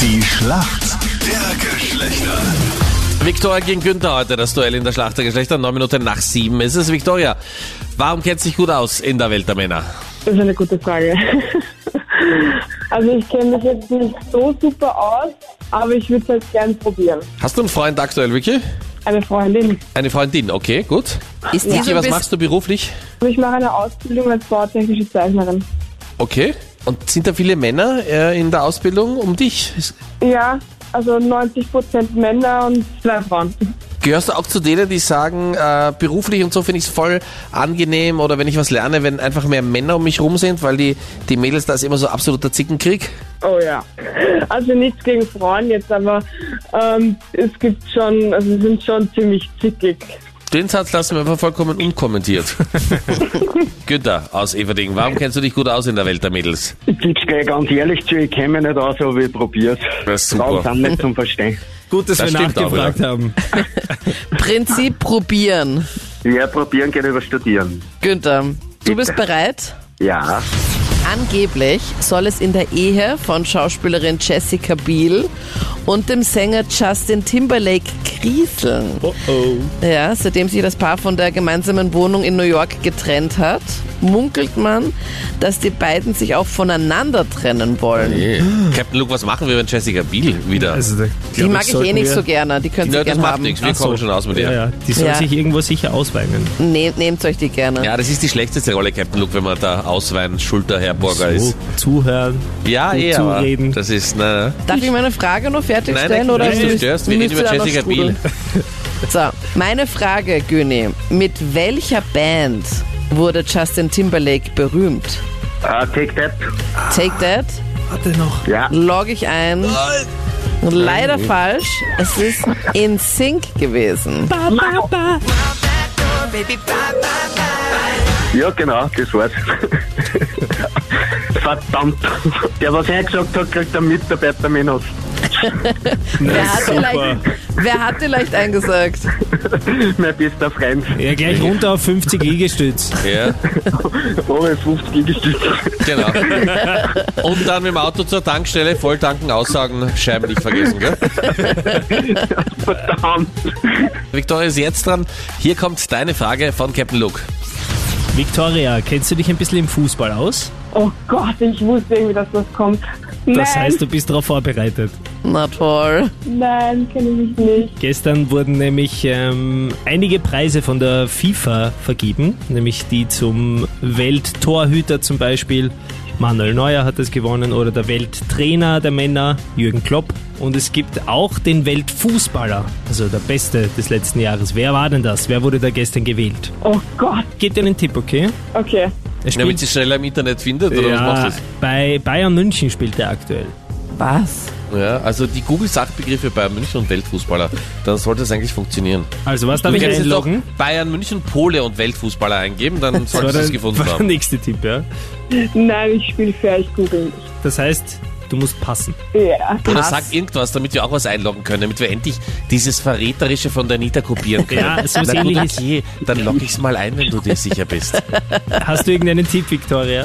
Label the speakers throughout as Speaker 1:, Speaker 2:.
Speaker 1: Die Schlacht der Geschlechter.
Speaker 2: Victoria gegen Günther heute, das Duell in der Schlacht der Geschlechter. Neun Minuten nach sieben ist es. Victoria, warum kennt sich gut aus in der Welt der Männer?
Speaker 3: Das ist eine gute Frage. Also ich kenne mich jetzt nicht so super aus, aber ich würde es halt gern probieren.
Speaker 2: Hast du einen Freund aktuell, Vicky?
Speaker 3: Eine Freundin.
Speaker 2: Eine Freundin, okay, gut.
Speaker 4: Ist die
Speaker 2: Vicky,
Speaker 4: so
Speaker 2: was
Speaker 4: bis-
Speaker 2: machst du beruflich?
Speaker 3: Also Ich mache eine Ausbildung als bautechnische Zeichnerin.
Speaker 2: Okay. Und sind da viele Männer äh, in der Ausbildung um dich? Ist-
Speaker 3: Ja, also 90% Männer und zwei Frauen.
Speaker 2: Gehörst du auch zu denen, die sagen, äh, beruflich und so finde ich es voll angenehm oder wenn ich was lerne, wenn einfach mehr Männer um mich rum sind, weil die, die Mädels da ist immer so absoluter Zickenkrieg?
Speaker 3: Oh ja. Also nichts gegen Frauen jetzt, aber ähm, es gibt schon, also sie sind schon ziemlich zickig.
Speaker 2: Den Satz lassen wir einfach vollkommen unkommentiert. Günther aus Everding, warum kennst du dich gut aus in der Welt der Mädels?
Speaker 5: Ich gib's gleich ganz ehrlich zu, ich kenne mich nicht aus, aber ich probier's.
Speaker 2: Das ist super.
Speaker 5: Frauen sind nicht zum Verstehen.
Speaker 6: Gut, dass
Speaker 2: Das
Speaker 6: wir
Speaker 2: stimmt auch,
Speaker 6: nachgefragt haben.
Speaker 4: Prinzip probieren.
Speaker 5: Ja, probieren geht über studieren.
Speaker 4: Günther, du bist bereit?
Speaker 5: Ja.
Speaker 4: Angeblich soll es in der Ehe von Schauspielerin Jessica Biel und dem Sänger Justin Timberlake krieseln.
Speaker 6: Oh oh.
Speaker 4: Ja, seitdem sich das Paar von der gemeinsamen Wohnung in New York getrennt hat, munkelt man, dass die beiden sich auch voneinander trennen wollen.
Speaker 2: Captain Luke, was machen wir, wenn Jessica Biel wieder...
Speaker 6: Also, da
Speaker 4: Die
Speaker 6: glaub ich,
Speaker 4: mag ich eh
Speaker 6: sollten
Speaker 4: nicht
Speaker 6: wir-
Speaker 4: so gerne, die könnt
Speaker 2: Ja,
Speaker 4: ihr
Speaker 2: das
Speaker 4: gerne
Speaker 2: macht
Speaker 4: haben.
Speaker 2: nichts, wir
Speaker 6: Ach so.
Speaker 2: kommen schon aus mit ihr.
Speaker 6: Ja, ja, die soll
Speaker 4: Ja.
Speaker 6: sich irgendwo sicher ausweinen.
Speaker 4: Ne, nehmt euch die gerne.
Speaker 2: Ja, das ist die schlechteste Rolle, Captain Luke, wenn man da Auswein Schulterherburger
Speaker 6: So,
Speaker 2: ist.
Speaker 6: zuhören.
Speaker 2: Ja,
Speaker 6: gut
Speaker 2: eh,
Speaker 6: zureden.
Speaker 2: aber das ist... Na, na.
Speaker 4: Darf ich meine Frage noch fertig
Speaker 2: Nein,
Speaker 4: stellen?
Speaker 2: nein,
Speaker 4: oder
Speaker 2: nein, du
Speaker 4: müsst-
Speaker 2: störst. Wir reden
Speaker 4: müsst ihr
Speaker 2: über
Speaker 4: da noch
Speaker 2: Jessica Biel.
Speaker 4: strudeln? So, meine Frage, Güni. Mit welcher Band wurde Justin Timberlake berühmt?
Speaker 5: Ah, take that.
Speaker 4: Take That,
Speaker 6: Warte noch.
Speaker 5: Ja.
Speaker 4: log ich ein. Leider falsch. Es ist In Sync gewesen.
Speaker 5: Ja, genau, das war's. Verdammt. Der, was er gesagt hat, kriegt einen Mitarbeiter minus.
Speaker 4: Wer hat,
Speaker 6: Super.
Speaker 4: vielleicht, wer hat vielleicht eingesagt?
Speaker 5: mein bester Freund.
Speaker 6: Ja, gleich runter auf 50 Liegestütz.
Speaker 2: Ja,
Speaker 5: Ohne 50 Gegenstütze.
Speaker 2: genau. Und dann mit dem Auto zur Tankstelle, Volltanken, Aussagen, Scheiben nicht vergessen, gell?
Speaker 5: Verdammt.
Speaker 2: Victoria ist jetzt dran. Hier kommt deine Frage von Captain Luke.
Speaker 6: Victoria, kennst du dich ein bisschen im Fußball aus?
Speaker 3: Oh Gott, ich wusste irgendwie, dass das kommt. Nein,
Speaker 6: Das heißt, du bist darauf vorbereitet.
Speaker 4: Na toll.
Speaker 3: nein, kenne ich mich nicht.
Speaker 6: Gestern wurden nämlich ähm, einige Preise von der FIFA vergeben, nämlich die zum Welttorhüter zum Beispiel. Manuel Neuer hat es gewonnen oder der Welttrainer der Männer, Jürgen Klopp. Und es gibt auch den Weltfußballer, also der Beste des letzten Jahres. Wer war denn das? Wer wurde da gestern gewählt?
Speaker 3: Oh Gott,
Speaker 6: Gebt dir einen Tipp, okay?
Speaker 3: okay.
Speaker 6: Er
Speaker 2: Damit sie schneller im Internet findet, oder was
Speaker 6: ja,
Speaker 2: machst
Speaker 6: bei Bayern München spielt er aktuell.
Speaker 4: Was?
Speaker 2: du? Ja, also die Google-Sachbegriffe Bayern München und Weltfußballer, dann sollte es eigentlich funktionieren.
Speaker 6: Also was darf
Speaker 2: Du
Speaker 6: ich
Speaker 2: kannst jetzt doch
Speaker 6: einloggen?
Speaker 2: Bayern München, Pole und Weltfußballer eingeben, dann solltest du
Speaker 6: der-
Speaker 2: es gefunden
Speaker 6: war der
Speaker 2: haben.
Speaker 6: nächste Tipp, ja.
Speaker 3: Nein, ich spiele fair, ich google nicht.
Speaker 6: Das heißt, du musst passen.
Speaker 3: Ja.
Speaker 2: Oder sag irgendwas, damit wir auch was einloggen können, damit wir endlich dieses Verräterische von der Nita kopieren können.
Speaker 6: Ja, so
Speaker 2: Na gut,
Speaker 6: ähnlich ist-
Speaker 2: okay, dann lock ich es mal ein, wenn du dir sicher bist.
Speaker 6: Hast du irgendeinen Tipp, Victoria?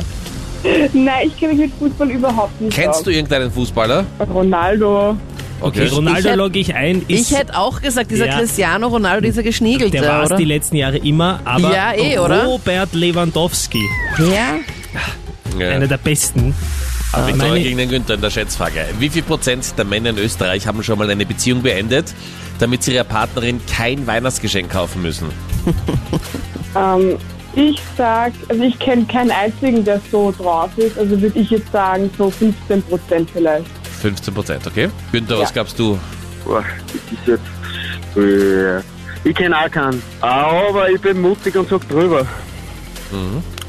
Speaker 3: Nein, ich kenne mich mit Fußball überhaupt nicht aus.
Speaker 2: Kennst du irgendeinen Fußballer?
Speaker 3: du Ronaldo?
Speaker 6: Okay,
Speaker 2: Ich-
Speaker 6: Ronaldo
Speaker 4: ich hätt-
Speaker 6: logge ich ein. Ist,
Speaker 4: Ich hätte auch gesagt, dieser
Speaker 6: Ja.
Speaker 4: Cristiano Ronaldo, dieser Geschniegelte,
Speaker 6: der war es
Speaker 4: oder?
Speaker 6: die letzten Jahre immer, aber
Speaker 4: Ja, eh, oder?
Speaker 6: Robert Lewandowski,
Speaker 4: ja.
Speaker 2: Ja.
Speaker 6: einer der besten. Aber
Speaker 2: Victoria
Speaker 6: meine,
Speaker 2: gegen den Günther in der Schätzfrage. Wie viel Prozent der Männer in Österreich haben schon mal eine Beziehung beendet, damit sie ihrer Partnerin kein Weihnachtsgeschenk kaufen müssen?
Speaker 3: Ähm, ich sag, also ich kenne keinen einzigen, der so drauf ist. Also würde ich jetzt sagen, so 15 Prozent vielleicht.
Speaker 2: 15 Prozent, okay? Günther, was
Speaker 3: Ja.
Speaker 2: gabst du?
Speaker 5: Boah, das ist jetzt. Äh, ich kenne auch keinen. Ah, Aber ich bin mutig und sag drüber.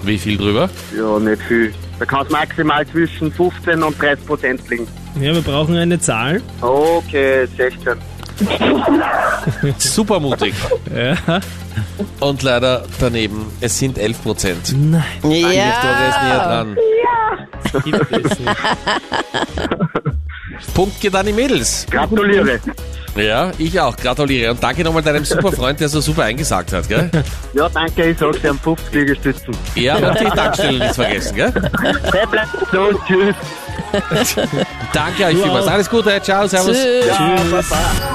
Speaker 2: Wie viel drüber?
Speaker 5: Ja, nicht viel. Da kannst maximal zwischen 15 und 30 Prozent liegen.
Speaker 6: ja, wir brauchen eine Zahl.
Speaker 5: Okay, 16.
Speaker 2: Super mutig.
Speaker 6: Ja.
Speaker 2: Und leider daneben, es sind 11 Prozent.
Speaker 6: Nein,
Speaker 2: Victoria ist näher
Speaker 4: ja.
Speaker 2: dran.
Speaker 6: gibt es nicht.
Speaker 2: Punkt geht an die Mädels.
Speaker 5: Gratuliere.
Speaker 2: Ja, ich auch. Gratuliere. Und danke nochmal deinem super Freund, der so super eingesagt hat, gell?
Speaker 5: Ja, danke, ich sag's dir am 50 Liegestützen.
Speaker 2: Ja, und die Tankstelle nicht vergessen, gell?
Speaker 5: Hey, bleib so, tschüss.
Speaker 6: Danke euch
Speaker 7: Du
Speaker 6: vielmals.
Speaker 7: auch.
Speaker 6: Alles Gute. Ciao, servus.
Speaker 2: Tschüss.
Speaker 7: Tschüss.